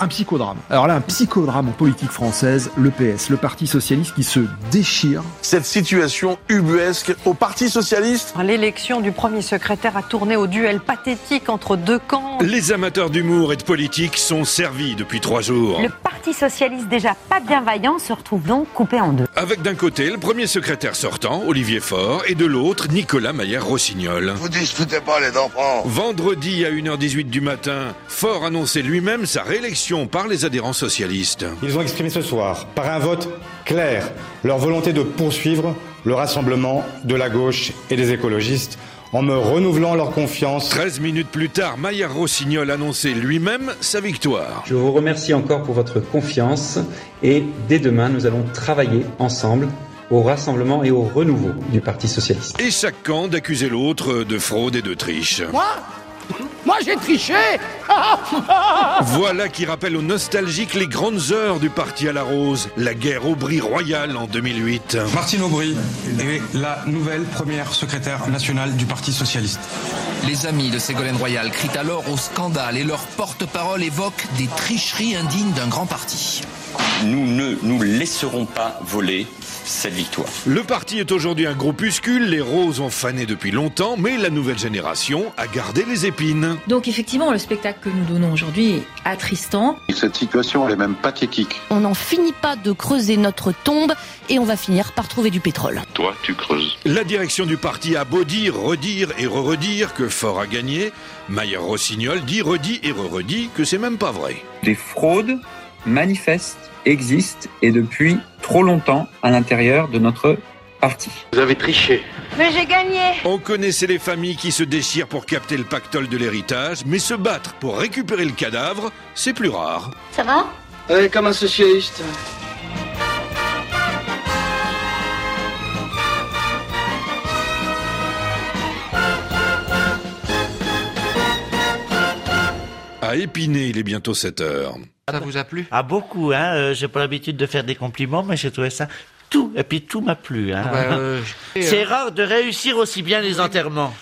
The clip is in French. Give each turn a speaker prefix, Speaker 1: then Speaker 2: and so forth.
Speaker 1: un psychodrame. Alors là, un psychodrame en politique française, le PS, le Parti Socialiste qui se déchire.
Speaker 2: Cette situation ubuesque au Parti Socialiste.
Speaker 3: Hein, L'élection du premier secrétaire a tourné au duel pathétique entre deux camps.
Speaker 4: Les amateurs d'humour et de politique sont servis depuis trois jours.
Speaker 5: Le Parti Socialiste, déjà pas bien vaillant, se retrouve donc coupé en deux.
Speaker 4: Avec d'un côté le premier secrétaire sortant, Olivier Faure, et de l'autre, Nicolas Maillère-Rossignol.
Speaker 6: Vous discutez pas, les enfants
Speaker 4: Vendredi à 1h18 du matin, Faure annonçait lui-même sa réélection par les adhérents socialistes.
Speaker 7: Ils ont exprimé ce soir, par un vote clair, leur volonté de poursuivre le rassemblement de la gauche et des écologistes en me renouvelant leur confiance.
Speaker 4: 13 minutes plus tard, Maillard Rossignol annonçait lui-même sa victoire.
Speaker 8: Je vous remercie encore pour votre confiance et dès demain, nous allons travailler ensemble au rassemblement et au renouveau du Parti socialiste.
Speaker 4: Et chaque camp d'accuser l'autre de fraude et de triche.
Speaker 9: Moi Moi j'ai triché
Speaker 4: Voilà qui rappelle aux nostalgiques les grandes heures du Parti à la Rose, la guerre Aubry Royal en 2008.
Speaker 10: Martine Aubry est la nouvelle première secrétaire nationale du Parti Socialiste.
Speaker 11: Les amis de Ségolène Royal crient alors au scandale et leur porte-parole évoque des tricheries indignes d'un grand parti.
Speaker 12: Nous ne nous laisserons pas voler cette victoire.
Speaker 4: Le parti est aujourd'hui un groupuscule, les roses ont fané depuis longtemps, mais la nouvelle génération a gardé les épines.
Speaker 13: Donc effectivement, le spectacle que nous donnons aujourd'hui est attristant.
Speaker 14: Cette situation, elle est même pathétique.
Speaker 15: On n'en finit pas de creuser notre tombe et on va finir par trouver du pétrole.
Speaker 14: Toi, tu creuses.
Speaker 4: La direction du parti a beau dire, redire et re-redire que Fort a gagné, Maillard Rossignol dit, redit et re-redit que c'est même pas vrai.
Speaker 16: Des fraudes manifestes existent et depuis trop longtemps à l'intérieur de notre parti.
Speaker 17: Vous avez triché.
Speaker 18: Mais j'ai gagné.
Speaker 4: On connaissait les familles qui se déchirent pour capter le pactole de l'héritage, mais se battre pour récupérer le cadavre, c'est plus rare.
Speaker 18: Ça va
Speaker 17: Oui, comme un socialiste.
Speaker 4: À Épinay, il est bientôt 7 heures.
Speaker 19: Ça vous a plu
Speaker 20: Ah beaucoup, hein. euh, J'ai pas l'habitude de faire des compliments, mais j'ai trouvé ça tout. Et puis tout m'a plu. Hein.
Speaker 19: Ah bah, euh,
Speaker 20: C'est rare de réussir aussi bien les enterrements.